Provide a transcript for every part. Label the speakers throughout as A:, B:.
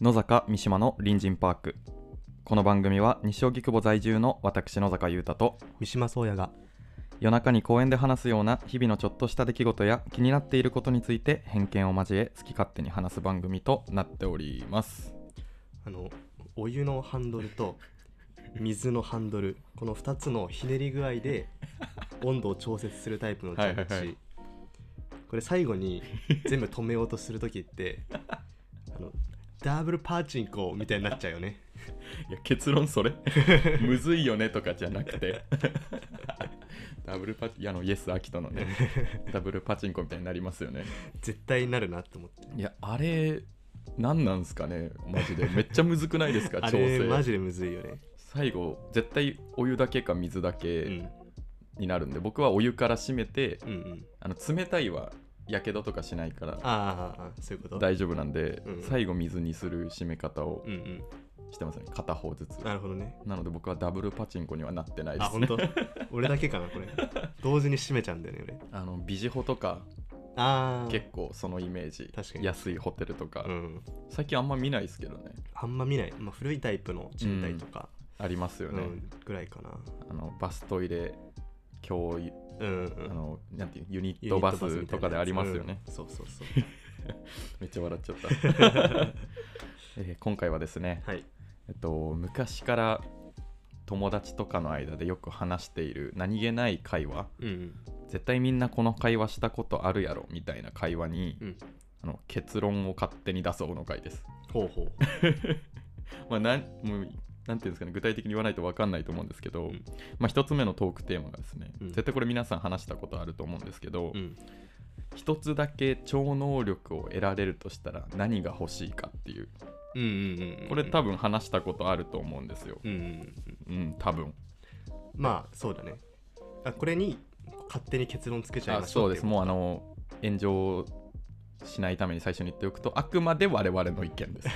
A: 野坂三島の隣人パークこの番組は西荻窪在住の私野坂優太と
B: 三島宗也が
A: 夜中に公園で話すような日々のちょっとした出来事や気になっていることについて偏見を交え好き勝手に話す番組となっております
B: あのお湯のハンドルと水のハンドルこの2つのひねり具合で温度を調節するタイプのジャッジ、
A: はいはいはい
B: これ最後に全部止めようとする時ってあのダブルパーチンコみたいになっちゃうよね
A: いや結論 それむずいよねとかじゃなくてダブルパチいやあのイエス・アキトのねダブルパチンコみたいになりますよね
B: 絶対なるなって思って
A: いやあれ何なんすかねマジでめっちゃむずくないですか
B: あ
A: 調
B: れマ
A: 整
B: ジでむずいよね、
A: 最後絶対お湯だけか水だ
B: う
A: け
B: ん、
A: になるんで、僕はお湯から締めて
B: うんうん
A: あの冷たいはやけどとかしないから
B: あーあーあーそういうこと
A: 大丈夫なんで、
B: うん
A: 最後水にする締め方を
B: うんうん
A: してますね片方ずつ
B: なるほどね
A: なので僕はダブルパチンコにはなってないで
B: あ
A: す
B: 本
A: ね
B: 当俺だけかなこれ同時に閉めちゃうんだよね俺
A: あのビジホとか
B: ああ
A: 結構そのイメージ
B: 確かに
A: 安いホテルとか、
B: うん
A: 最近あんま見ないですけどね
B: あんま見ない、まあ、古いタイプの賃貸とか、
A: ありますよ
B: うん
A: ね、
B: ぐらいかな
A: あのバストイレ教育
B: うんうん
A: あのなんていうユニッ
B: ユ
A: ト
B: ニッ
A: バ
B: トバス
A: ス
B: みた
A: とか
B: いなやつ
A: でありますよね、
B: うんそうそうそう
A: めっちゃ笑っちゃった、 えー今回はですね、
B: はい
A: えっと、昔から友達とかの間でよく話している何気ない会話
B: うん
A: 絶対みんなこの会話したことあるやろみたいな会話に、
B: うん
A: あの結論を勝手に出そうの回です、
B: ほうほう
A: まあ、なんもうなんていうんですかね具体的に言わないと分かんないと思うんですけど、
B: うん
A: まあ、一つ目のトークテーマがですね、
B: うん
A: 絶対これ皆さん話したことあると思うんですけど、
B: うん
A: 一つだけ超能力を得られるとしたら何が欲しいかっていう
B: うんうんうんうん
A: これ多分話したことあると思うんですよ
B: うんうんうん
A: うん多分
B: まあそうだねあこれに勝手に結論つけちゃい
A: あ
B: ましょ
A: そう
B: う
A: です
B: ってい
A: もうあの炎上しないために最初に言っておく とあくまで我々の意見です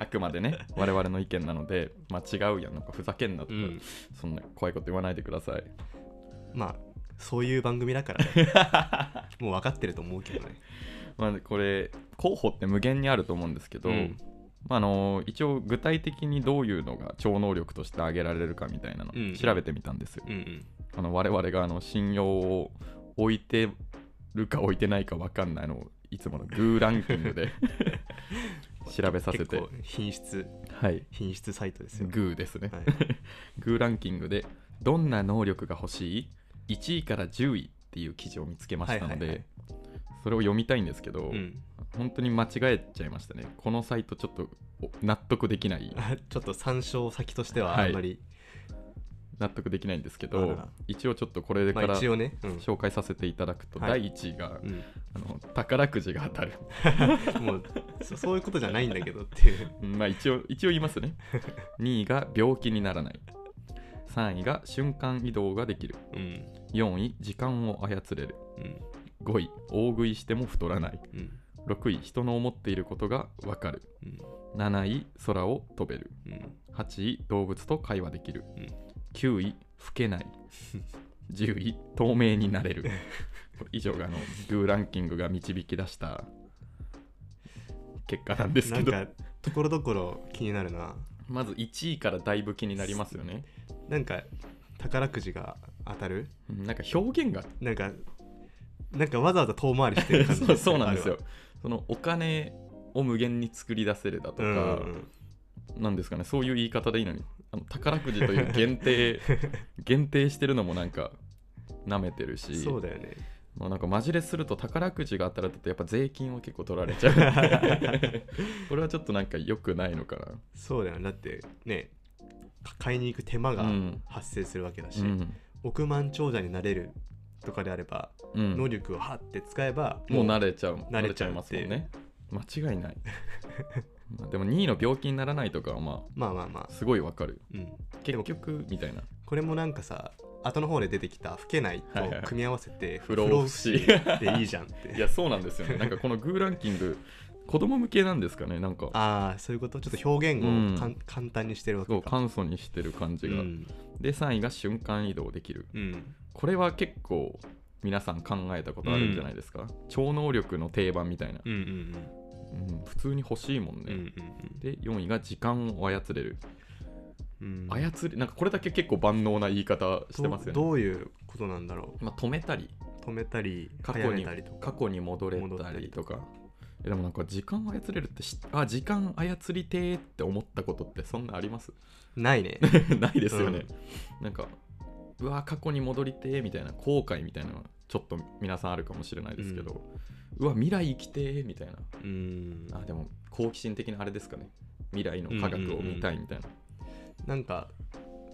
A: あくまでね我々の意見なので、まあ、違うやんなんかふざけんなとか、
B: うん
A: そんな怖いこと言わないでください
B: まあそういう番組だから、ね、 もう分かってると思うけどね
A: まあ、これ候補って無限にあると思うんですけど、
B: うん
A: まあ、あの一応具体的にどういうのが超能力として挙げられるかみたいなの
B: うん
A: 調べてみたんですよ。
B: うんうん
A: あの我々があの信用を置いてるか置いてないか分かんないのをいつものグーランキング で調べさせ
B: 結
A: て
B: 構、品質
A: はい、
B: 品質サイトですよ、
A: グーですね、
B: はい、
A: グーランキングでどんな能力が欲しい1位から10位っていう記事を見つけましたので、
B: はいはいはい
A: それを読みたいんですけど、
B: うん、
A: 本当に間違えちゃいましたね。このサイトちょっとお納得でき ない、
B: あちょっと参照先としては
A: はい
B: あんまり、
A: 納得できないんですけ
B: あ
A: ど
B: らら、
A: 一応ちょっとこれか
B: まあ
A: ら
B: 一応ね、うん
A: 紹介させていただくと、
B: はい
A: 第1位が、
B: うん、
A: あの宝くじが当たる。
B: もうそ そういうことじゃないんだけどっていう。
A: うんまあ一応、一応言い ますね。2位が病気にならない。3位が瞬間移動ができる。
B: うん
A: 4位、時間を操れる。
B: うん
A: 5位、大食いしても太らない。
B: うん
A: 6位、人の思っていることがわかる。
B: うん
A: 7位、空を飛べる。
B: うん
A: 8位動物と会話できる、
B: うん
A: 9位老けない 10位透明になれる以上があのグーランキングが導き出した結果なんです
B: な
A: け
B: ん
A: ど
B: かところどころ気になるな。
A: まず1位からだいぶ気になりますよね
B: なんか宝くじが当たる
A: うんなんか表現が
B: なんかなんかわざわざ遠回りしてる感 じ
A: そうそうなんですよそのお金を無限に作り出せるだと
B: あ
A: か、
B: れはうんうんうん
A: なんですかねそういう言い方でいいのにあの宝くじという限 定限定してるのもなんかなめてるし
B: そうだよね。
A: まあ、なんかマジレスすると宝くじが当たるとやっぱ税金を結構取られ ちゃうこれはちょっとなんか良くないのか
B: そうだよね。だってね、か買いに行く手間
A: な
B: が
A: うん、
B: 発生するわけだし、
A: うん
B: 億万長者になれるとかであれば、
A: うん
B: 能力をはって使えば、
A: もう慣れちゃう
B: 慣れちゃう
A: 慣ますもん
B: っ
A: ね間違い ないまあでも2位の病気にならないとかはま
B: まあまあま
A: あ
B: あ。
A: すごいわかる
B: うん
A: 結局みたいな
B: これもなんかさ後の方で出てきた「老けない」
A: はいはい
B: と組み合わせて「
A: 不老不死
B: 不老不死でいいじゃんっ て
A: いやそうなんですよねなんかこのグーランキング子供向けなんですかねなんか
B: ああそういうことちょっと表現を
A: うん
B: かん簡単にしてるわ
A: すご
B: け
A: い
B: か
A: 簡素にしてる感じが、
B: うん
A: で3位が瞬間移動できる
B: うん
A: これは結構皆さん考えたことあるんじゃないですか、超能力の定番みたいな
B: うんうんうん
A: うん、普通に欲しいもんね、
B: うん
A: で4位が時間を操れる、
B: うんうん
A: 操れなんかこれだけ結構万能な言い方してますよね
B: どどういうことなんだろ
A: まあ、止めたり
B: う止めたり
A: 過去
B: 早め
A: に
B: たりとか
A: 過去に戻れ
B: 戻ったた
A: り
B: り
A: とかえでもなんか時間を操れるってしあ時間操りてーって思ったことってそんなあります
B: ない ね
A: ないですよね、なんかうわー過去に戻りてーみたいな後悔みたいなのはちょっと皆さんあるかもしれないですけど、うわ未来生きてーみたいな
B: うん
A: あでも好奇心的なあれですかね未来の科学を見たいみたいな、
B: なんか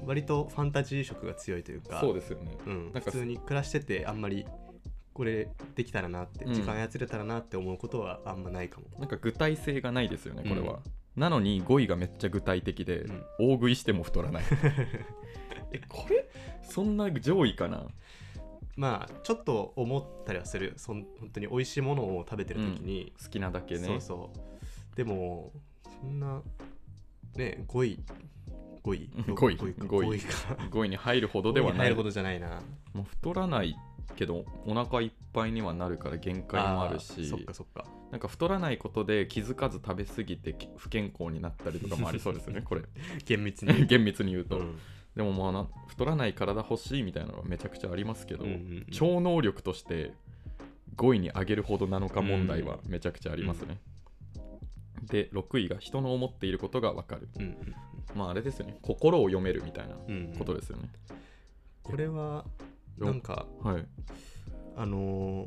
B: 割とファンタジー色が強いというか
A: そうですよね
B: うん、
A: なんか
B: 普通に暮らしててあんまりこれできたらなって、
A: うん
B: 時間操れたらなって思うことはあんまないかも、
A: なんか具体性がないですよねこれは、なのに5位がめっちゃ具体的で、
B: うん
A: 大食いしても太ら ないえこれそんな上位かな
B: まあちょっと思ったりはするそん本当に美味しいものを食べてる時に、
A: 好きなだけね
B: そうそうでもそんなね5位5位
A: うん
B: ど
A: 5位
B: 5位か
A: 5位
B: 5位か
A: 5位に入るほどで
B: 5位
A: は
B: に
A: な
B: 入
A: い
B: ることじゃないな
A: もう太らないけどお腹いっぱいにはなるから限界もある
B: ー
A: し
B: そっかそっか
A: なんか太らないことで気づかず食べ過ぎてき不健康になったりとかもありそうですよ ねこれ
B: 厳密 に
A: 厳密に言うと、
B: うん
A: でもまあな太らない体欲しいみたいなのはめちゃくちゃありますけど、
B: うんうんうん
A: 超能力として5位に上げるほどなのか問題はめちゃくちゃありますね。で、6位が人の思っていることがわかる。
B: うんうん
A: まああれですよね、心を読めるみたいな
B: うんうん
A: ことですよね。
B: これは
A: よ
B: なんか
A: はい、はい
B: あのー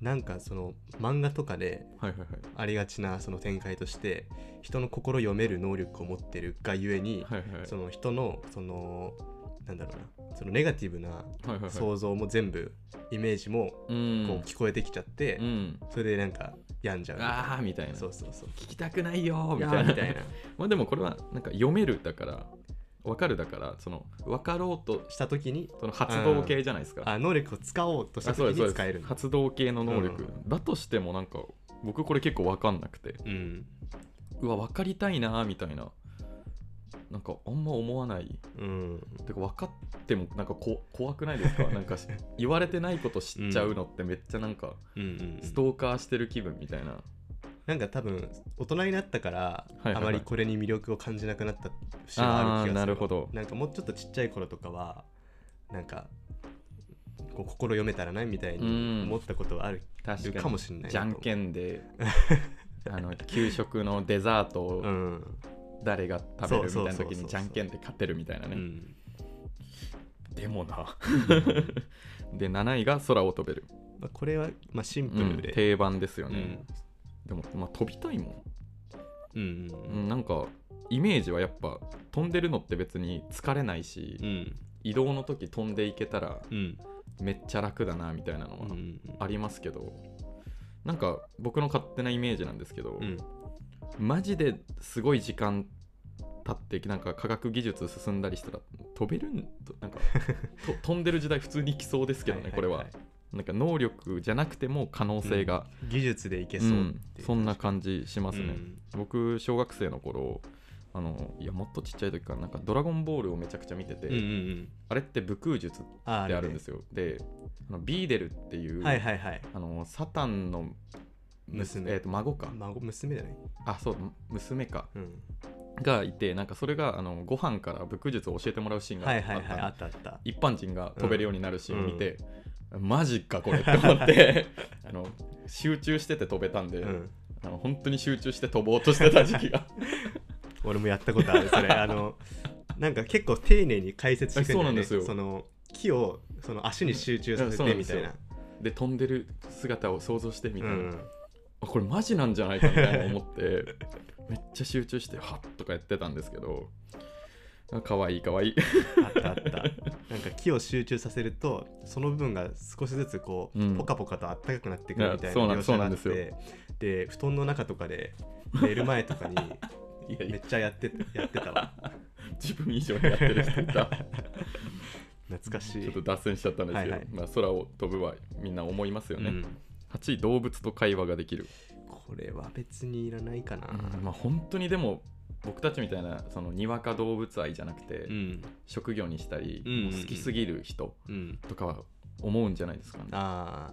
B: なんかその漫画とかで
A: はいはい。
B: ありがちなその展開として人の心読める能力を持ってるがゆえに、
A: はいはいはい
B: その人のそのなんだろうなそのネガティブな
A: はいはいはい
B: 想像も全部イメージも
A: うん
B: こう。聞こえてきちゃって、
A: うん。
B: それでなんか病んじゃうみたいな
A: ああみたいな。
B: そうそうそう
A: 聞きたくないよーみ
B: み
A: た
B: た
A: い
B: い
A: な。
B: な
A: まあでもこれはなんか読めるだから、わかるだから、その分かろうと
B: した時に
A: その発動系じゃないですか。
B: あ能力を使おうとした
A: あそうで
B: 時
A: すそうで
B: に
A: す
B: 使えるんだ
A: 発動系の能力、
B: うん
A: だとしてもなんか僕これ結構分かんなくて
B: うん
A: うわ分かりたいなーみたいななんかあんま思わない
B: うん
A: てか分かってもなんかこ怖くないです かなんかし言われてないこと知っちゃうのってめっちゃなんか
B: うんうん
A: ストーカーしてる気分みたいな、
B: なんか多分大人になったから
A: いはいはい
B: あまりこれに魅力を感じなくなった節がある
A: あー
B: 気がする
A: なるほど
B: なんかもうちょっとちっちゃい頃とかはなんかこう心読めたらないみたい
A: うん
B: に思ったことはある
A: 確
B: かもしれない
A: じゃんけ
B: ん
A: んで あの給食のデザート
B: う
A: を
B: ん、
A: 誰が食べるみたいな
B: そうそうそう
A: 時
B: そうそ
A: に
B: う
A: じゃんけんで勝てるみたいな
B: う
A: ね、
B: ん、
A: でもな で7位が空を飛べる、
B: まあこれはまあシンプ
A: うん
B: ルで、
A: 定番ですよ
B: う
A: ね、
B: ん
A: でも、まあ、飛びたいもん、
B: うん
A: うんなんかイメージはやっぱ飛んでるのって別に疲れないし、
B: うんうん
A: 移動の時飛んでいけたら
B: うん
A: めっちゃ楽だなみたいなのは
B: うん
A: ありますけど、なんか僕の勝手なイメージなんですけど、
B: うん
A: マジですごい時間経ってなんか科学技術進んだりしたら飛べるんとなんか と飛んでる時代普通に来そうですけどね、
B: いいい
A: これはなんか能力じゃなくても可能性が、
B: 技術でいけ
A: う
B: そうってい
A: ん
B: う
A: そんな感じしますね、
B: うん
A: 僕小学生の頃あのいやもっとちっちゃい時からなんか「ドラゴンボール」をめちゃくちゃ見てて、
B: うんうんうん
A: あれって武空術って
B: あ
A: あ
B: ね
A: るんですよであのビーデルっていう、
B: はいはいはい
A: あのサタンの
B: 娘
A: えーと孫か
B: 孫娘じゃない
A: あそう娘か
B: うん
A: がいてなんかそれがあのご飯から武空術を教えてもらうシーンがあ
B: は
A: っ
B: い
A: た
B: はい
A: の、
B: はいあったあった
A: 一般人が飛べるようになるシーンを見て、マジかこれって思って あの集中してて飛べたんで、
B: うん
A: あの本当に集中して飛ぼうとしてた時期 が
B: 俺もやったことあ るそれあのなんか結構丁寧に解説してく
A: えそ
B: れる
A: うなんですよ
B: その木をその足に集中させ
A: うんう
B: て
A: ん
B: みたいな
A: で飛んでる姿を想像してみ
B: う
A: たいな、
B: ん
A: あこれマジなんじゃないかみたいな思ってめっちゃ集中してハッとかやってたんですけどあかわいいかわいい
B: あったあったなんか木を集中させるとその部分が少しずつこ
A: うん
B: うポカポカとあったかくなってくるみた
A: いや
B: いな
A: そうなん
B: 描写があっ
A: そうなん
B: てで布団の中とかで寝る前 とかに
A: いやい
B: め
A: や
B: っちゃやってやってたわ
A: 自分以上にやってる人い た
B: 懐かしい
A: ちょっと脱線しちゃったんですけど、
B: はいはい
A: まあ、空を飛ぶはみんな思いますよ
B: う
A: ね、
B: ん
A: 8位動物と会話ができる、
B: これは別にいらないかな
A: まあ本当にでも僕たちみたいなそのにわか動物愛じゃなくて、
B: うん
A: 職業にしたり、
B: うんうんうん
A: もう好きすぎる人
B: うん
A: とかは思うんじゃないですかね
B: ああ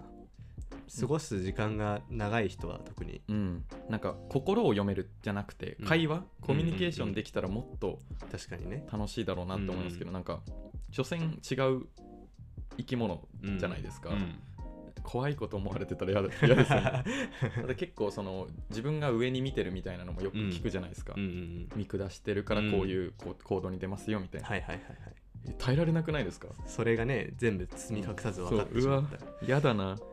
B: 過ごす時間が長い人は特に
A: うん、なんか心を読めるじゃなくて
B: うん
A: 会話、コミュニケーションできたらもっと
B: 確かにね
A: 楽しいだろうなって思いますけど、
B: う
A: なんか所詮違う生き物じゃないですか、
B: うん
A: 怖いこと思われてたら嫌だ嫌 ですよねただ結構その自分が上に見てるみたいなのもよく聞くじゃないですか、
B: うんうん
A: 見下してるからこういうこう行動に出ますよみたいな、
B: はいはいはいはい
A: 耐えられなくないですか
B: それがね全部包み隠さず分かってしまった
A: 嫌だななんか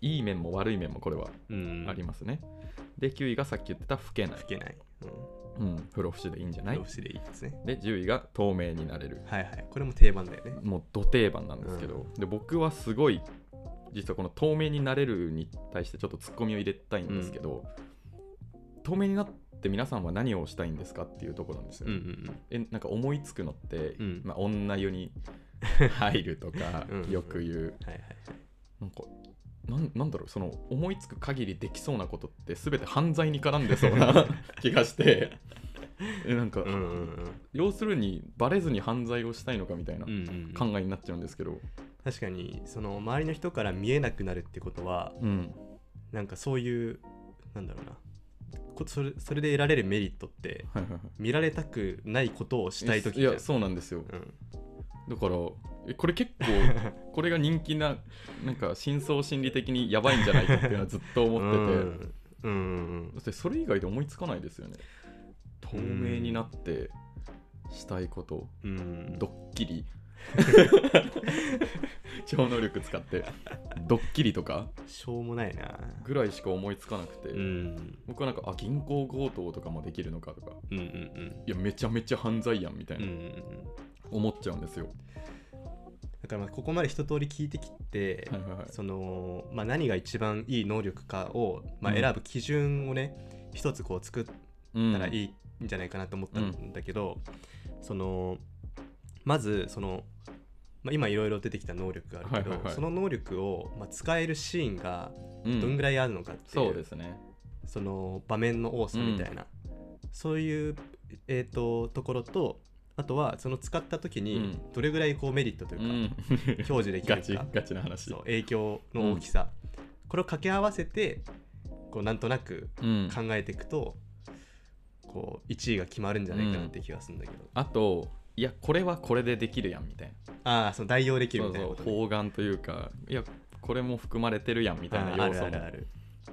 A: いい面も悪い面もこれは
B: うん
A: ありますね、で9位がさっき言ってた老けない
B: 吹けないうん
A: うん、不老不死でいいんじゃない
B: ロフでいいですね
A: で10位が透明になれる
B: はいはいこれも定番だよね
A: もうど定番なんですけど、で僕はすごい実はこの透明になれるに対してちょっとツッコミを入れたいんですけど、透明になって皆さんは何をしたいんですかっていうところなんですよ、
B: うんうん
A: えなんか思いつくのって、
B: うん
A: まあ、女湯 に入るとか
B: うん
A: よく言う、
B: うんはいはい
A: なんかなんなんだろうその思いつく限りできそうなことって全て犯罪に絡んでそう な気がしてえなんか、
B: うんうん
A: 要するにバレずに犯罪をしたいのかみたいな
B: うんうんうん
A: 考えになっちゃうんですけど、
B: 確かにその周りの人から見えなくなるってことは
A: うん、
B: なんかそういうなんだろうなこそれそれで得られるメリットって
A: はいはいはい
B: 見られたくないことをしたい時
A: い
B: じゃん
A: やそうなんですよ
B: うん
A: だからえこれ結 構これが人気ななんか深層心理的にやばいんじゃないかっていうのはずっと思ってて、
B: うんうん
A: だってそれ以外で思いつかないですよね透明になってしたいこと、
B: うんうん
A: ドッキリ 超能力使ってドッキリとか
B: しょうもないな
A: ぐらいしか思いつかなくて、
B: うん
A: 僕はなんかあ銀行強盗とかもできるのかとか
B: うんうん
A: いやめちゃめちゃ犯罪やんみたい
B: うんうんう
A: な、
B: ん
A: 思っちゃうんですよ、
B: だからまあここまで一通り聞いてきて、
A: はいはいはい
B: そのまあ、何が一番いい能力かを、まあ、
A: うん
B: 選ぶ基準をね一つこう作っ
A: うん
B: たらいいんじゃないかなと思ったんだけど、そのまずその、まあ、今いろいろ出てきた能力があるけど、
A: はいはいはい
B: その能力を、まあ、使えるシーンが
A: うん
B: どんぐらいあるのかっていう,、
A: そうですね
B: その場面の多さみたいな、そういう、えー、とところとあとはその使った時
A: う
B: に
A: ん
B: どれぐらいこうメリッ トという
A: う
B: か、
A: ん
B: 享受できるか
A: ガチガチな話
B: そう影響の大きさ、これを掛け合わせてこうなんとなく
A: うん
B: 考えていくと、こう1位が決まるんじゃないかなって気がするんだけど、
A: あといやこれはこれでできるやんみたいな
B: ああその代用できる
A: そ
B: み
A: う
B: たい
A: そ
B: な
A: う
B: ことね、
A: 方眼というかいやこれも含まれてるやんみたいな
B: あ
A: 要
B: ー
A: 素
B: ある
A: も
B: あるある、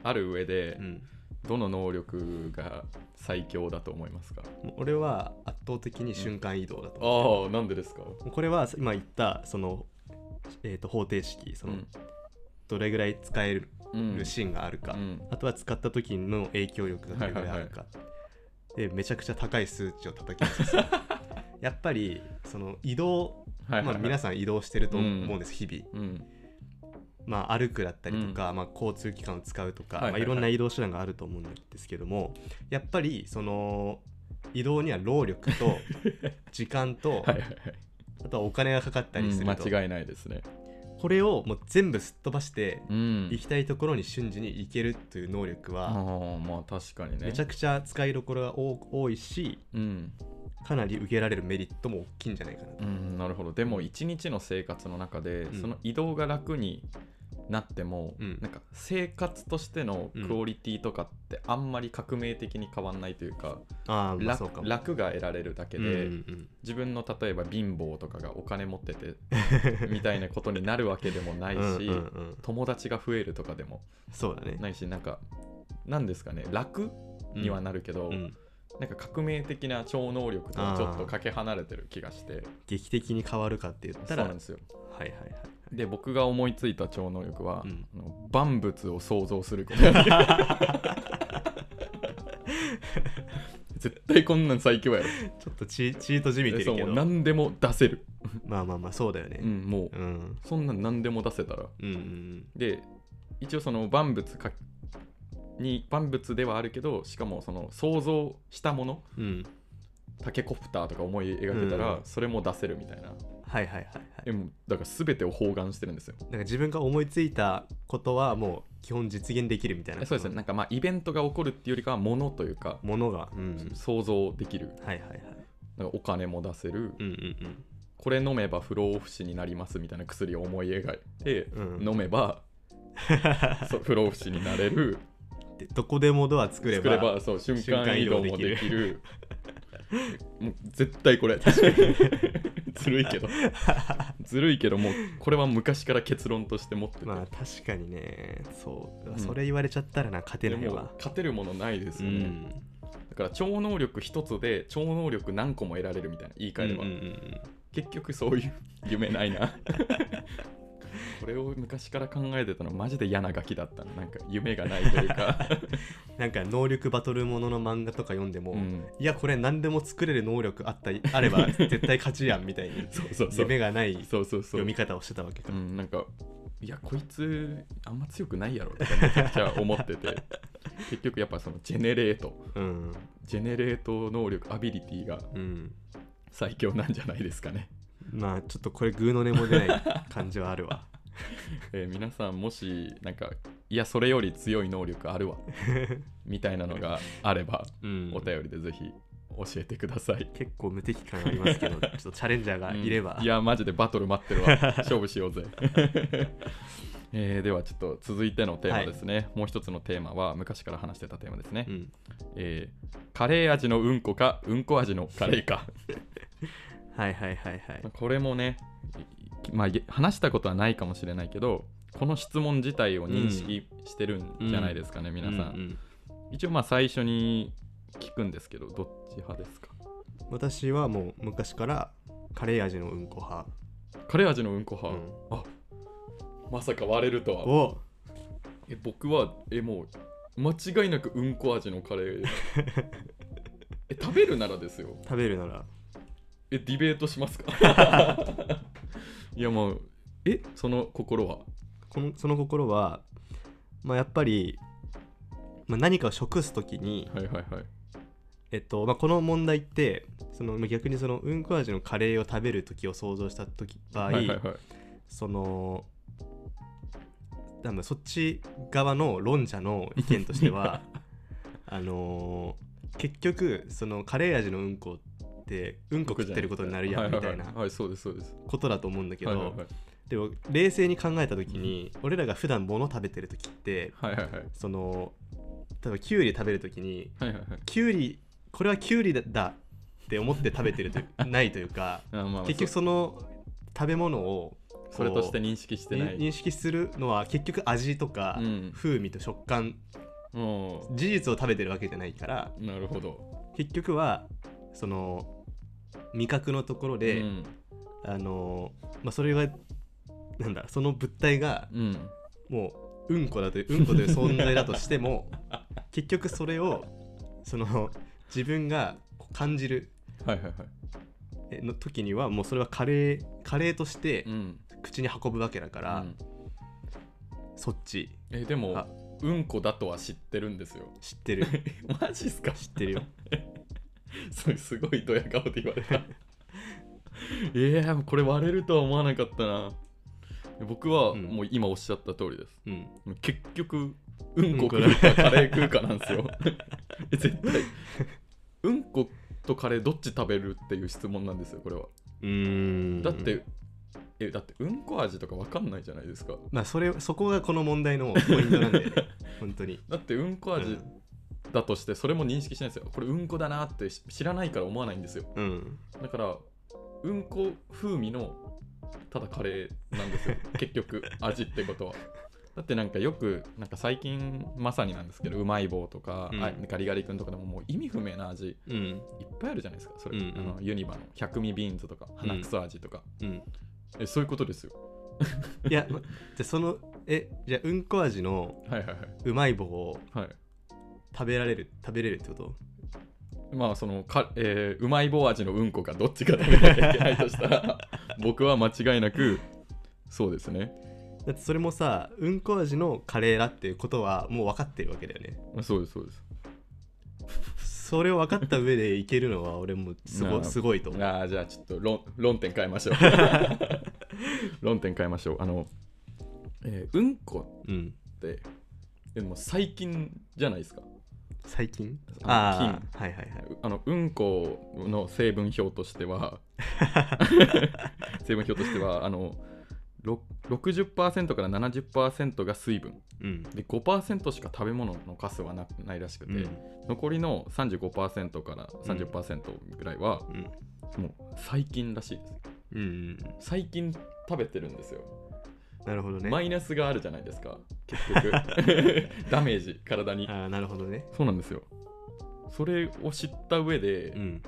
A: ある上で
B: うん、
A: どの能力が最強だと思いますか
B: もう俺は圧倒的に瞬間移動だと思
A: ああなんでですか
B: う、これは今言ったその、えー、と方程式その、どれぐらい使える
A: うん
B: シーンがあるか、
A: うん
B: あとは使った時の影響力がどれぐらいあるか、でめちゃくちゃ高い数値を叩き 出すやっぱりその移動、
A: はい
B: ま
A: は
B: あ、
A: い
B: 皆
A: はい
B: さん移動してると思うんです、日
A: う
B: 々
A: ん
B: まあ、歩くだったりとか、まあ、交通機関を使うとか、
A: はいはいはい
B: まあ、いろんな移動手段があると思うんですけどもやっぱりその移動には労力 と時間と、
A: はいはいはい
B: あとはお金がかかったりす
A: うん
B: ると、
A: 間違いないですね
B: これをもう全部すっ飛ばして
A: うん
B: 行きたいところに瞬時に行けるという能力
A: あ
B: は、
A: あまあ確かにね
B: めちゃくちゃ使いどころが多多いし
A: うん
B: かなり受けられるメリットも大きいんじゃないかな
A: う
B: と。
A: んなるほどでも一日の生活の中で、
B: うん
A: その移動が楽になっても、
B: うん
A: なんか生活としてのクオリティとかってあんまり革命的に変わんないというか、
B: ああ、まあ
A: 楽
B: そうかも。
A: 楽が得られるだけ
B: うん
A: で、
B: うん
A: 自分の例えば貧乏とかがお金持って てみたいなことになるわけでもな
B: う
A: い
B: ん
A: し、
B: うんうんうん
A: 友達が増えるとかでも
B: そうだね。
A: ないしなんかなんですかね楽にはなるけど、
B: うん
A: なんか革命的な超能力とはちょっとかけ離れてる気がして
B: 劇的に変わるかって言っ
A: そ
B: た
A: う
B: ら、
A: な
B: は
A: ん
B: い
A: ですよ
B: はいはい。
A: で僕が思いついた超能力は、
B: うん
A: あの万物を想像すること 絶対こんなん最強やろ
B: ちょっとチチートじみてる
A: そう
B: け
A: もう
B: ど。
A: 何でも出せる、
B: まあまあまあ、そうだよ
A: う
B: ね。
A: ん、もう
B: うん。
A: そんなん何でも出せたら
B: うんうん
A: で一応その万物かに万物ではあるけどしかもその想像したもの
B: うん。うん。
A: タケコプターとか思い描けたら、
B: うん
A: それも出せるみたいな
B: はいはいはいはい。
A: えもうだから全てを包含してるんですよ
B: なんか自分が思いついたことはもう基本実現できるみたいな。
A: そうですね。なんかまあイベントが起こるっていうよりかはものというか、
B: ものが。うん。
A: 想像できる
B: はいはいはい。
A: なんかお金も出せる
B: うんうん
A: これ飲めば不老不死になりますみたいな薬を思い描いて、
B: うん
A: 飲めばそう不老不死になれる
B: でどこでもドア作れ
A: 作
B: ば
A: ればそう瞬間移動もできる もう絶対これ ずるい けどずるいけどもうこれは昔から結論として持ってて、
B: まあ確かにねそう、
A: うん
B: それ言われちゃったらな勝て
A: で
B: ない
A: も
B: わ
A: 勝てるものないです
B: う
A: よね、
B: ん
A: だから超能力一つで超能力何個も得られるみたいな言い換えれば、
B: うんうんうん
A: 結局そういう夢ないな これを昔から考えてたのマジで嫌なガキだったのなんか夢がないという か、
B: なんか能力バトルものの漫画とか読んでも、
A: うん
B: いやこれ何でも作れる能力あったりあれ ば絶対勝ちやんみたいに
A: そうそうそう
B: 夢がない
A: そうそうそう
B: 読み方をしてたわけか
A: うん、なんかいやこいつあんま強くないやろとかめちゃくちゃ思って て結局やっぱそのジェネレート
B: うん
A: ジェネレート能力アビリティが
B: うん
A: 最強なんじゃないですかね、
B: まあちょっとこれグーの音も出ない感じはあるわ
A: えー皆さんもしなんかいやそれより強い能力あ るわみたいなのがあれば
B: うん
A: お便りでぜひ教えてください、
B: 結構無敵感ありますけど ちょっとチャレンジャーがいれば、
A: うんいやマジでバトル待って るわ勝負しようぜ えーではちょっと続いてのテーマですね、もう一つのテーマは昔から話してたテーマですね、
B: うん
A: えーカレー味のうんこかうんこ味のカレー か
B: はいはいはいはい
A: これもね、いまあ、げ話したことはないかもしれないけどこの質問自体を認識してるんじゃないですかね、皆さん、
B: ううん
A: 一応まあ最初に聞くんですけどどっち派ですか
B: 私はもう昔からカレー味のうんこ派、
A: カレー味のうんこ派、
B: う
A: あまさか割れると
B: ん、
A: は
B: を
A: え僕はえもう間違いなくうんこ味のカレ ーえ食べるならですよ
B: 食べるなら
A: えディベートします かいやもうえその心は
B: このその心は、まあ、やっぱり、まあ、何かを食す時に、
A: はいはいはい
B: えっとまあ、この問題ってそのまあ逆にそのうんこ味のカレーを食べる時を想像した時場
A: は
B: 合、
A: いはいはい
B: その多分そっち側の論者の意見とし てはあのー結局そのカレー味のうんこってうんこ食ってることになるやんみたい
A: はは
B: な
A: はい、そうですそうです
B: ことだと思うんだけ
A: はいはい
B: どでも冷静に考えた時に俺らが普段物食べてる時って
A: はいはいはいはい
B: その例えばキュウリ食べるときに
A: はいはいはい
B: キュウリこれはキュウリだだって思って食べてるというないというか
A: あ まあ
B: 結局
A: そ
B: その食べ物を
A: それとして認識してない
B: に認識するのは結局味とか、
A: うん
B: 風味と食感
A: も
B: 事実を食べてるわけじゃないから
A: うなるほど
B: 結局はその味覚のところで、
A: うん
B: あのまあ、それがなんだその物体が
A: うん
B: もううんこだといううんこで存在だとしても 結局それをその自分がこう感じる
A: はいはいはい
B: えの時にはもうそれはカレーカレーとして
A: うん
B: 口に運ぶわけだから、
A: うん
B: そっち
A: えで
B: あ
A: もうんこだとは知ってるんですよ
B: 知ってる
A: マジっすか
B: 知ってるよ
A: それすごいドヤ顔で言わ れたいやーこれ割れるとは思わなかったな僕は
B: うん
A: もう今おっしゃった通りです、
B: うん
A: 結局うんこ食うかカレー食うかなんですよえ絶対 うんことカレーどっち食べるっていう質問なんですよこれは
B: うーん
A: だってえだってうんこ味とかわかんないじゃないですか
B: まあそれそこがこの問題のポイントなんで、 ね、本当に
A: だってうんこ
B: う
A: 味
B: ん
A: だとしてそれも認識しないんですよこれうんこだなってし知らないから思わないんですよ
B: うん
A: だからうんこ風味のただカレーなん ですよ結局味ってことはだってなんかよくなんか最近まさになんですけどうまい棒とか、
B: うん
A: あガリガリ君とかでももう意味不明な味いっ
B: うん
A: ぱいあるじゃないですかそれ、
B: うんうん
A: あのユニバの百味ビーンズとか
B: ん
A: 花草味とか、
B: うん
A: えそういうことですよ
B: いやまじゃあそのえじゃあうんこ味の
A: はいはいはいう
B: まい棒を
A: はい
B: 食べられる食べれるってこと
A: まあそのか、えーうまい棒味のうんこかどっちか食べなきゃいけないとした ら僕は間違いなくそうですね
B: だってそれもさうんこ味のカレーだっていうことはもう分かってるわけだよね
A: そうですそうです
B: それを分かった上でいけるのは俺もす
A: な
B: ご
A: あ
B: すごいと思う
A: あーじゃあちょっと論論点変えましょう論点変えましょうあの、えーうんこ
B: うん
A: ってでも最近じゃないですか
B: 最近
A: あ
B: あーはいはいはいう
A: あのうんこの成分表としては成分表としてはあのろ60%から70%が水分
B: うん
A: で5%しか食べ物のカスはなないらしくて、残りの35%から30%ぐらいは
B: うん
A: もう細菌らしいです
B: うん
A: 細菌食べてるんですよ、
B: なるほどね
A: マイナスがあるじゃないです か結局ダメージ体に
B: あーなるほどね
A: そうなんですよそれを知った上で、
B: うん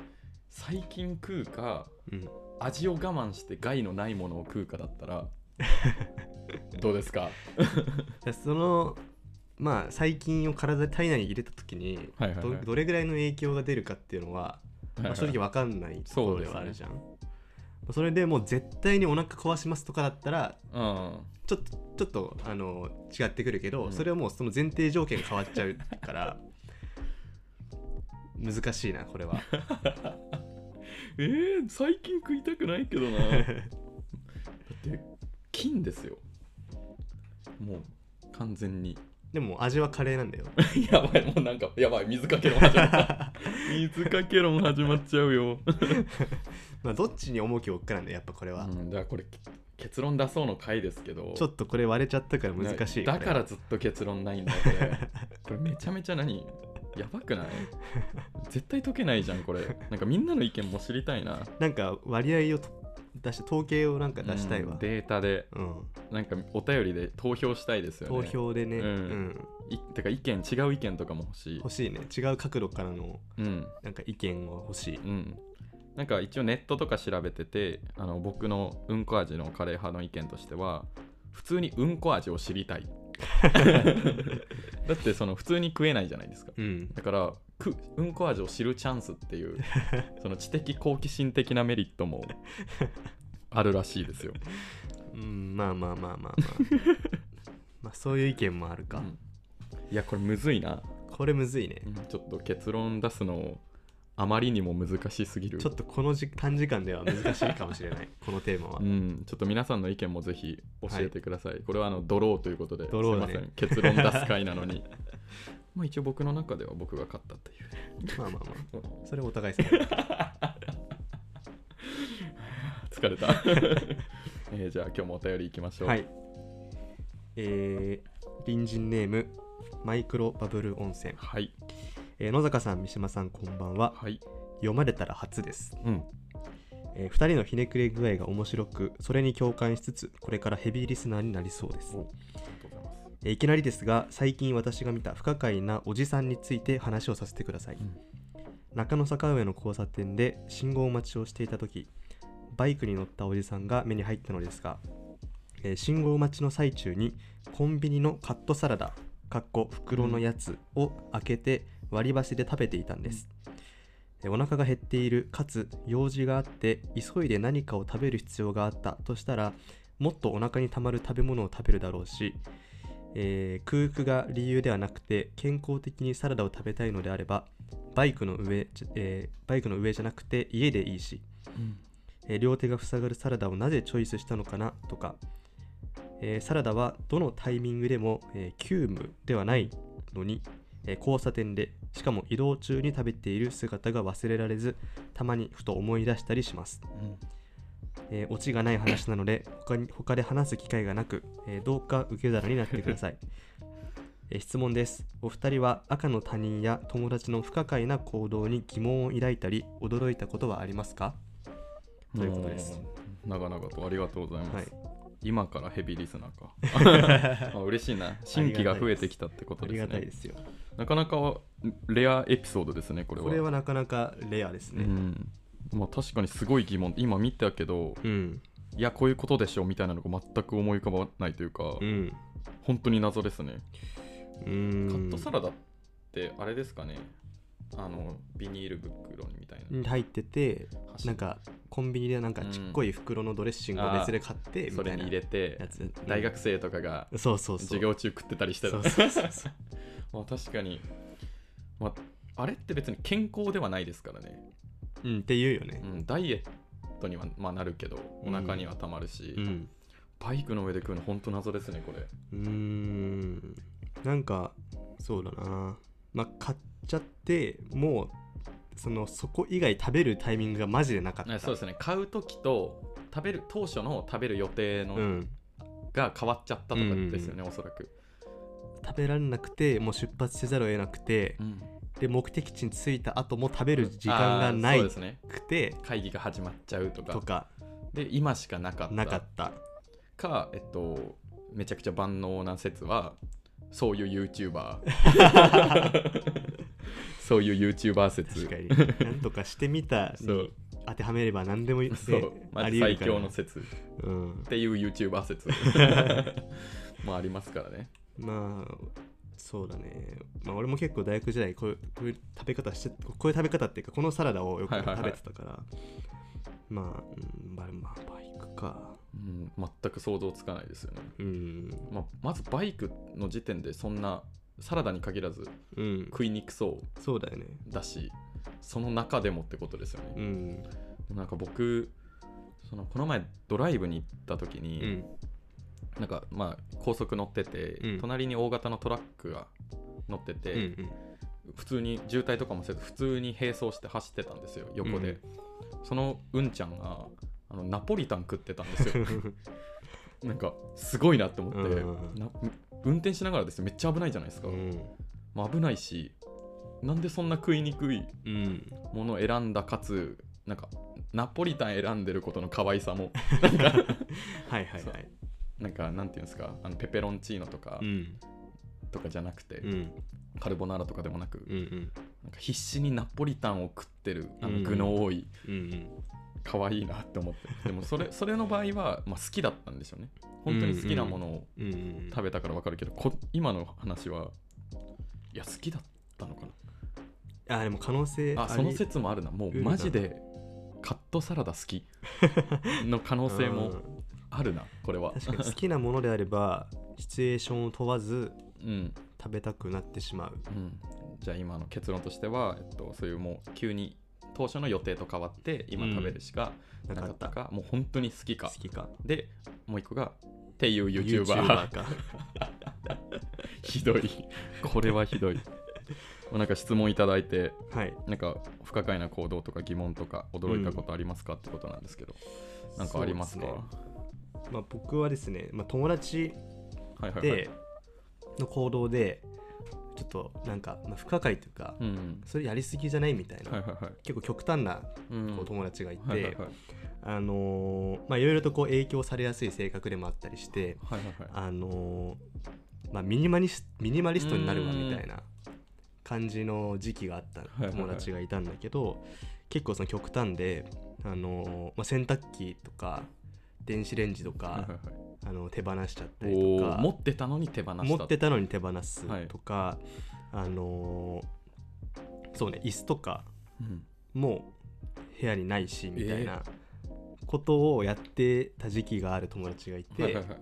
A: 最近食うか
B: うん
A: 味を我慢して害のないものを食うかだった らどうですか
B: じゃあそのまあ細菌を体体内に入れた時に
A: はいはいはい
B: どどれぐらいの影響が出るかっていうのは、まあ、正直
A: は
B: わかんないところではあるじゃんそ,、れでもう絶対にお腹壊しますとかだったら
A: うん
B: ちょっとちょっとあの違ってくるけど、
A: うん
B: それはもうその前提条件が変わっちゃうから 難しいなこれは
A: えー、最近食いたくないけどなだって金ですよもう完全に
B: でも味はカレーなんだよ
A: やばいもうなんかやばい水かけ論始まった 水かけ論始まっちゃうよ、
B: まあどっちに重きを置くかなんだよやっぱこれは、
A: うん、じゃあこれ結論出そうの回ですけど
B: ちょっとこれ割れちゃったから難しい
A: だだ
B: これは
A: からずっと結論ないんだこれ これめちゃめちゃ何やばくない絶対解けないじゃんこれなんかみんなの意見も知りたいな
B: なんか割合をと出して統計をなんか出したい
A: うん
B: わ、
A: データで
B: うん
A: なんかお便りで投票したいですよね
B: 投票でね、
A: うん
B: うん
A: いてか意見違う意見とかも欲しい
B: 欲しいね違う角度からの
A: うん
B: なんか意見を欲しい
A: うんなんか一応ネットとか調べててあの僕のうんこ味のカレー派の意見としては普通にうんこ味を知り たいだってその普通に食えないじゃないですか
B: うん
A: だからくうんこ味を知るチャンスっていうその知的好奇心的なメリット もあるらしいですよ。
B: うんまあまあまあまあまあ まあそういう意見もあるか、
A: うんいやこれむずいな、
B: これむずいね
A: うんちょっと結論出すのあまりにも難しすぎる
B: ちょっとこのじ短時間では難しいかもしれない このテーマは、
A: うん、ちょっと皆さんの意見もぜひ教えてください、これはあのドローということで
B: ドローだね
A: すいません結論出す回なのに まあ一応僕の中では僕が勝ったっていう
B: まあまあまあそれお互い様だ
A: 疲れた、 えーじゃあ今日もお便りいきましょう、
B: はいえー、隣人ネームマイクロバブル温泉、
A: はい
B: えー野坂さん三島さんこんばんは
A: はい
B: 読まれたら初です
A: うん
B: えー、2人のひねくれ具合が面白くそれに共感しつつこれからヘビーリスナーになりそうです
A: お、ありがとうございます
B: えーいきなりですが最近私が見た不可解なおじさんについて話をさせてください、
A: うん
B: 中野坂上の交差点で信号待ちをしていた時バイクに乗ったおじさんが目に入ったのですが、えー信号待ちの最中にコンビニのカットサラダかっこ袋のやつを開けて割り箸で食べていたんです、えーお腹が減っているかつ用事があって急いで何かを食べる必要があったとしたらもっとお腹にたまる食べ物を食べるだろうし、えー空腹が理由ではなくて健康的にサラダを食べたいのであればバイクの上、じゃえーバイクの上じゃなくて家でいいし、えー両手が塞がるサラダをなぜチョイスしたのかなとか、えーサラダはどのタイミングでも、えー急務ではないのに、えー交差点でしかも移動中に食べている姿が忘れられずたまにふと思い出したりします、
A: うん
B: えーオチがない話なので他に他で話す機会がなく、えーどうか受け皿になってください、 えー質問ですお二人は赤の他人や友達の不可解な行動に疑問を抱いたり驚いたことはありますかということです
A: おー。長々とありがとうございます。
B: はい
A: 今からヘビーリスナ ーか。あ嬉しいな。新規が増えてきたってこと
B: あ
A: で
B: り
A: す
B: がたい
A: ね
B: で。すよ
A: なかなかレアエピソードですね、これは。
B: これはなかなかレアです
A: う
B: ね
A: んまあ、確かにすごい疑問今見たけど
B: うん
A: いやこういうことでしょみたいなのが全く思い浮かばないというか、
B: うん
A: 本当に謎ですね、
B: うん
A: カットサラダってあれですかねあのビニール袋みたいな
B: に入ってて
A: 箸
B: なんかコンビニでなんかちっこい袋のドレッシングを別で買ってみ
A: そ
B: た
A: れ
B: い
A: に
B: な
A: 入れて
B: やつ
A: 大学生とかが
B: そうそうそう
A: 授業中食ってたりしてた
B: そうそうそうそう
A: まあ確かに、まあ、あれって別に健康ではないですからね、
B: うんって言うよね
A: うん、ダイエットには、まあ、なるけどお腹にはたまるし、
B: うん
A: バイクの上で食うの本当謎ですねこれ
B: うーんなんかそうだなまあ買っちゃってもうそのそこ以外食べるタイミングがマジでなかった
A: そうですね買う時と食べる当初の食べる予定
B: う
A: の
B: ん
A: が変わっちゃったとかですよね、おそらく、
B: 食べられなくてもう出発せざるを得なくて
A: うん
B: で目的地に着いた後も食べる時間がな
A: あーそ
B: いう
A: ですね
B: くて、
A: 会議が始まっちゃうとか
B: とか
A: で今しかなかった
B: なかった
A: かえっとめちゃくちゃ万能な説はそういう YouTuber そういう YouTuber 説
B: 確かになんとかしてみた
A: そ
B: に
A: う
B: 当てはめれば何でもいい
A: そうマジ最強の説っ
B: うん、
A: ていう YouTuber 説もありますからね
B: まあそうだね、まあ、俺も結構大学時代こういうこういう食べ方してこういう食べ方っていうかこのサラダをよく
A: はい
B: 食
A: はいはい
B: べてたから、まあ、うん、まあまあバイクか
A: うん全く想像つかないですよね、
B: うん
A: まあ、まずバイクの時点でそんなサラダに限らず
B: うん
A: 食いにくそう
B: そうだよね
A: だしその中でもってことですよね、
B: うん
A: でもなんか僕そのこの前ドライブに行った時
B: う
A: に、
B: ん
A: なんかまあ高速乗ってて、
B: うん
A: 隣に大型のトラックが乗って
B: う
A: て、
B: ん
A: 普通に渋滞とかもせず普通に並走して走ってたんですよ横で、そのうんちゃんがあのナポリタン食ってたん ですよなんかすごいなって思って、
B: うん
A: な運転しながらですよめっちゃ危ないじゃないですか、
B: うん
A: まあ、危ないしなんでそんな食いにくい
B: うん
A: ものを選んだかつなんかナポリタン選んでることの可愛さも なんか
B: はいはいはい
A: なんかなんていうんですかあのペペロンチーノとか、
B: うん
A: とかじゃなくて、
B: うん
A: カルボナーラとかでもなく、
B: うんうん
A: なんか必死にナポリタンを食ってるあ
B: う
A: の
B: ん
A: 具の多い、
B: うん
A: 可愛いなって思ってでもそれ それの場合は、まあ、好きだったんでしょうね本当に好きなものを
B: うんうん
A: 食べたから分かるけど、こ今の話はいや好きだったのか
B: あでも可能性
A: なあ
B: り
A: その説もあるなもう
B: うん
A: マジでカットサラダ好 きの可能性
B: う
A: も
B: ん
A: あるなこれは
B: 確かに好きなものであればシチュエーションを問わず
A: うん
B: 食べたくなってしまう
A: うん、じゃあ今の結論としては、えっと、そういうもう急に当初の予定と変わって今食べるしかな
B: な
A: か
B: か
A: っ
B: ったた
A: か、もう本当に好き
B: 好
A: か
B: きか
A: でもう一個がっていう YouTuber,
B: YouTuber か
A: ひどいこれはひどいなんか質問いただいて
B: はい
A: なんか不可解な行動とか疑問とか驚いたことありますか、ってことなんですけどなんかありますか
B: そうですねまあ、僕はですね、まあ、友達
A: はいはいはい
B: での行動でちょっとなんか、まあ、不可解というか、
A: うん
B: それやりすぎじゃないみたいな、
A: はいはいはい
B: 結構極端な
A: うん
B: こう友達がいて、
A: はいはいはい
B: あのーまあいろいろとこう影響されやすい性格でもあったりして
A: はいはいはい
B: あのーまあ、ミニマリスミニマリストになるわみたいな感じの時期があった
A: いはいはい
B: 友達がいたんだけど、結構その極端で、あのーまあ、洗濯機とか電子レンジと
A: はいはい
B: か、
A: はい
B: あの手放しちゃったり
A: お
B: と
A: ー
B: か
A: 持ってたのに手放した
B: 持ってたのに手放す
A: はい
B: とか、あのーそうね椅子とか
A: うん
B: も部屋にないしみたいなことをやってた時期がある友達がいて、
A: はいはいはい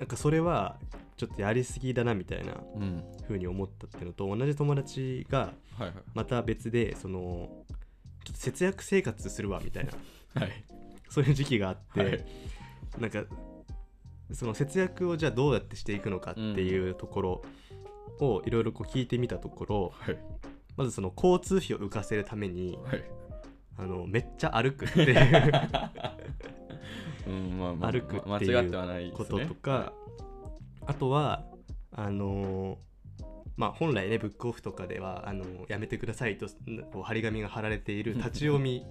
B: なんかそれはちょっとやりすぎだなみたいな
A: うん
B: 風に思ったっていうのと同じ友達が
A: はいはい
B: また別でそのちょっと節約生活するわみたいな
A: はい。
B: そういう時期があって、
A: はい
B: なんかその節約をじゃあどうやってしていくのかっていうところをいろいろこう聞いてみたところ
A: はい。
B: まずその交通費を浮かせるために
A: はい。
B: あのめっちゃ歩くっていう
A: うん、まあ、まあ、
B: 歩く
A: まあ
B: っていう
A: 間違ってはないですね
B: こととか、あとはあのーまあ本来ねブックオフとかではあのやめてくださいとこう張り紙が貼られている立ち読み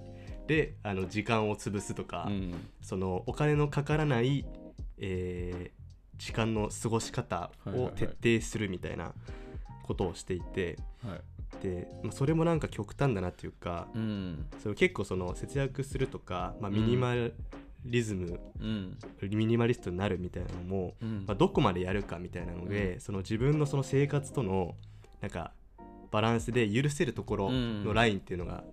B: であの時間を潰すとか、
A: うん。
B: そのお金のかからない、えー時間の過ごし方
A: はいはい
B: を
A: はい
B: 徹底するみたいなことをしていて、
A: はい。
B: で、まあ、それもなんか極端だなというか、
A: うん。
B: それ結構その節約するとか、まあ、ミニマリズム、
A: うん。
B: ミニマリストになるみたいなのも、
A: うん
B: まあ、どこまでやるかみたいなので、その自分のその生活とのなんかバランスで許せるところのラインっていうのが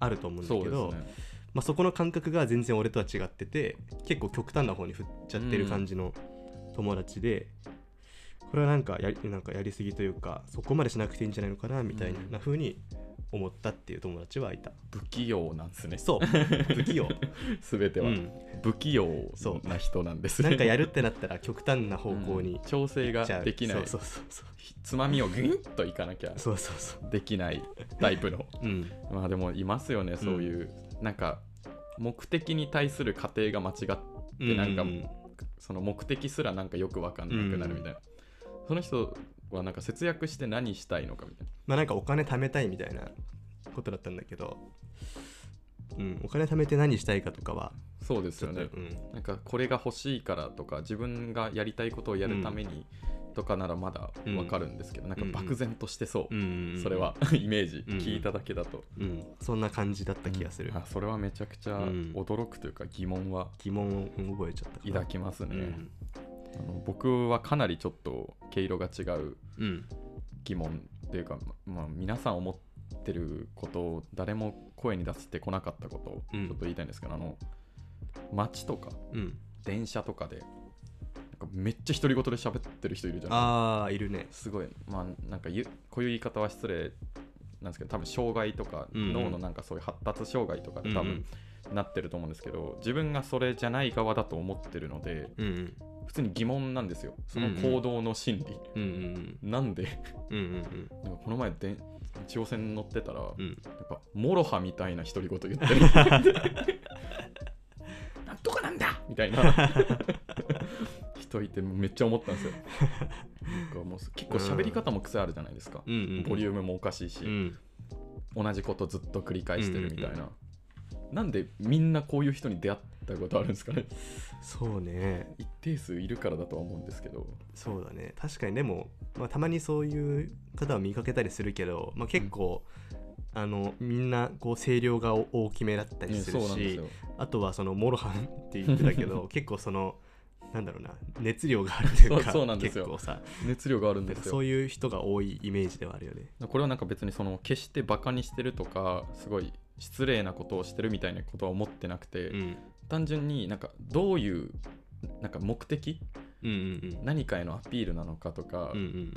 B: あると思うんだ
A: そう
B: け
A: です
B: ど、
A: ね。
B: まあ、そこの感覚が全然俺とは違ってて結構極端な方に振っちゃってる感じの友達で、これはなんかやりなんかやりすぎというかそこまでしなくていいんじゃないのかなみたいな風に思ったっていう友達はいた、
A: 不器用なんですね。
B: そう 不器用、
A: すべて
B: う
A: は、
B: ん、
A: 不器用
B: そう
A: な人なんですね。
B: なんかやるってなったら極端な方向
A: う
B: に
A: ん調整が
B: じゃあ
A: できない。
B: そうそうそう
A: つまみをぐんっといかなきゃ
B: そうそうそう
A: できないタイプの。
B: そううん
A: まあでもいますよね、そういう。なんか、目的に対する過程が間違っ
B: う
A: なんか
B: うん
A: その目的すらなんかよく分かんなくなるみたいな、その人はなんか節約して何したいのかみたいな
B: まあなんかお金貯めたいみたいなことだったんだけど、うん、お金貯めて何したいかとかは
A: そうです
B: ちょ
A: よ
B: っと、
A: ね
B: うん、
A: なんかこれが欲しいからとか自分がやりたいことをやるためにとかならまだ分かるんですけど、なんか漠然としてそう、
B: うん
A: それはイメージ
B: うん
A: 聞いただけだと、
B: うん、そんな感じだった気がする、
A: あそれはめちゃくちゃ
B: うん
A: 驚くというか疑問は
B: 疑問を覚えちゃったから
A: 抱きますね、
B: うん
A: あの僕はかなりちょっと毛色が違う
B: うん
A: 疑問というか、ままあ、皆さん思ってることを誰も声に出してこなかったことをち
B: うん
A: ょっと言いたいんですけど、あの街とか
B: うん、
A: 電車とかでなんかめっちゃ独り言で喋ってる人いるじゃない
B: ああいるね
A: すごいまあなんかゆこういう言い方は失礼なんですけど多分障害とか、
B: うんうん
A: 脳のなんかそういう発達障害とかで多
B: うん
A: 分なってると思うんですけど、自分がそれじゃない側だと思ってるので
B: うんうん
A: 普通に疑問なんですよその行動の心理、
B: うんうん
A: なんで
B: うんうん
A: なんかこの前で中央線乗ってたら、
B: うんうん
A: なんかモロハみたいな独り言言ってる なんとかなんだみたいな人いてめっちゃ思ったんですよなんかもう結構喋り方も癖あるじゃないですか、
B: うんうん
A: ボリ
B: ュ
A: ュームもおかしいし、
B: うん
A: 同じことずっと繰り返してるみたいな、
B: うんうん
A: なんでみんなこういう人に出会ったことあるんですかね
B: そうね
A: 一定数いるからだとは思うんですけど
B: そうだね確かにでも、まあ、たまにそういう方は見かけたりするけど、まあ、結構、あのみんなこう声量が大きめだったり
A: ね
B: す
A: そ
B: る
A: うなんです
B: し
A: よ
B: あとはそのモロハンって言ってた けど結構そのなんだろうな熱量があるというか
A: そうそうなんです
B: 結
A: よ
B: 構さ
A: 熱量があるん
B: な
A: で
B: んか
A: す
B: そ
A: よ
B: ういう人が多いイメージではあるよね。
A: これはなんか別にその決してバカにしてるとかすごい失礼なことをしてるみたいなことは思ってなくて、
B: うん
A: 単純になんかどういうなんか目的
B: うんうん
A: 何かへのアピールなのかとか、
B: うんうんうんうん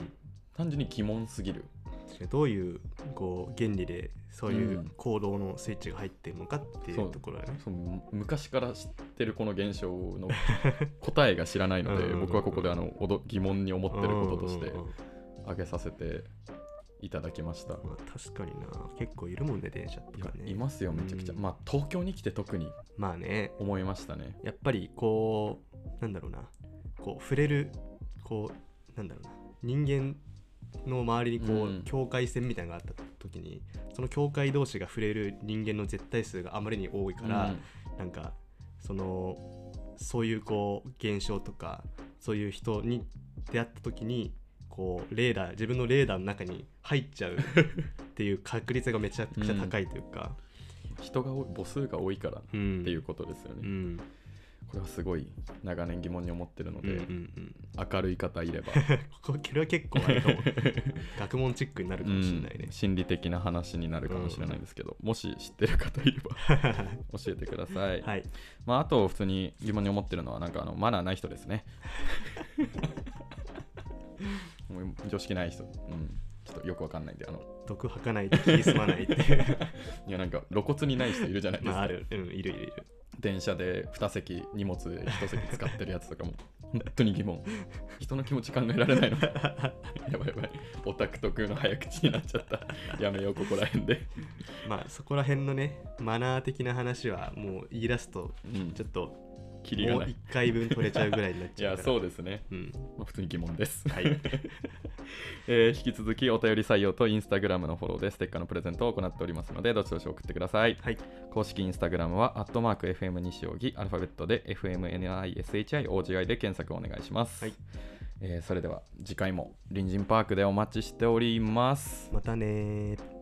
A: 単純に疑問すぎる
B: 確かにどういうこう原理でそういううん行動のスイッチが入ってるのかってい
A: そうう
B: ところだね。
A: その昔から知ってるこの現象 の答えが知らないので
B: うんうんうん
A: 僕はここであのおど疑問に思ってることとして
B: うんうんうん
A: 挙げさせていただきました。
B: まあ、確かにな結構いるもんね電車と
A: い
B: か
A: や
B: ね。
A: いますよめちゃくちゃ、
B: うん
A: まあ東京に来て特に
B: まあね
A: 思いましたね
B: やっぱりこうなんだろうなこう触れるこうなんだろうな人間の周りにこう、
A: うん
B: 境界線みたいなのがあった時にその境界同士が触れる人間の絶対数があまりに多いから、なんかそのそういうこう現象とかそういう人に出会った時にこうレーダー自分のレーダーの中に入っちゃうっていう確率がめちゃくちゃ高いというか、
A: うん人が多い母数が多いからっ
B: うん
A: ていうことですよね、
B: うん
A: これはすごい長年疑問に思ってるの
B: う
A: で、
B: んうんうん
A: 明るい方いれば
B: ここれは結構あれかも学問チックになるかもしれないね
A: うん、心理的な話になるかもしれないですけど、もし知ってる方いれば 教えてください、
B: はい
A: まあ、あと普通に疑問に思ってるのはなんかあのマナーない人です ねもう常識ない人、うん、ちょっとよくわかんないんであの
B: 毒吐かないと気済まないっていう
A: いやなんか露骨にない人いるじゃないです
B: ま
A: か、
B: あある、うん、いるいるいる
A: 電車で2席荷物1席使ってるやつとかも本当に疑問人の気持ち考えられないのやばいやばいオタク特有の早口になっちゃったやめようここら辺で、
B: まあそこら辺のねマナー的な話はもう言い出すと
A: うん、ち
B: ち
A: ょ
B: ょ
A: っ
B: っと
A: とキリが
B: もう
A: ない
B: 1回分取れちゃうぐらいにな っ
A: い
B: ちゃう
A: や
B: から
A: そうですね、
B: うん
A: まあ、普通に疑問です、
B: はい
A: えー引き続きお便り採用とインスタグラムのフォローでステッカーのプレゼントを行っておりますのでどしどし送ってください
B: はい
A: 公式インスタグラムはアットマーク FM 西荻アルファベットで FMNISHIOGI で検索お願いします、
B: はい
A: えーそれでは次回も隣人パークでお待ちしております
B: またねー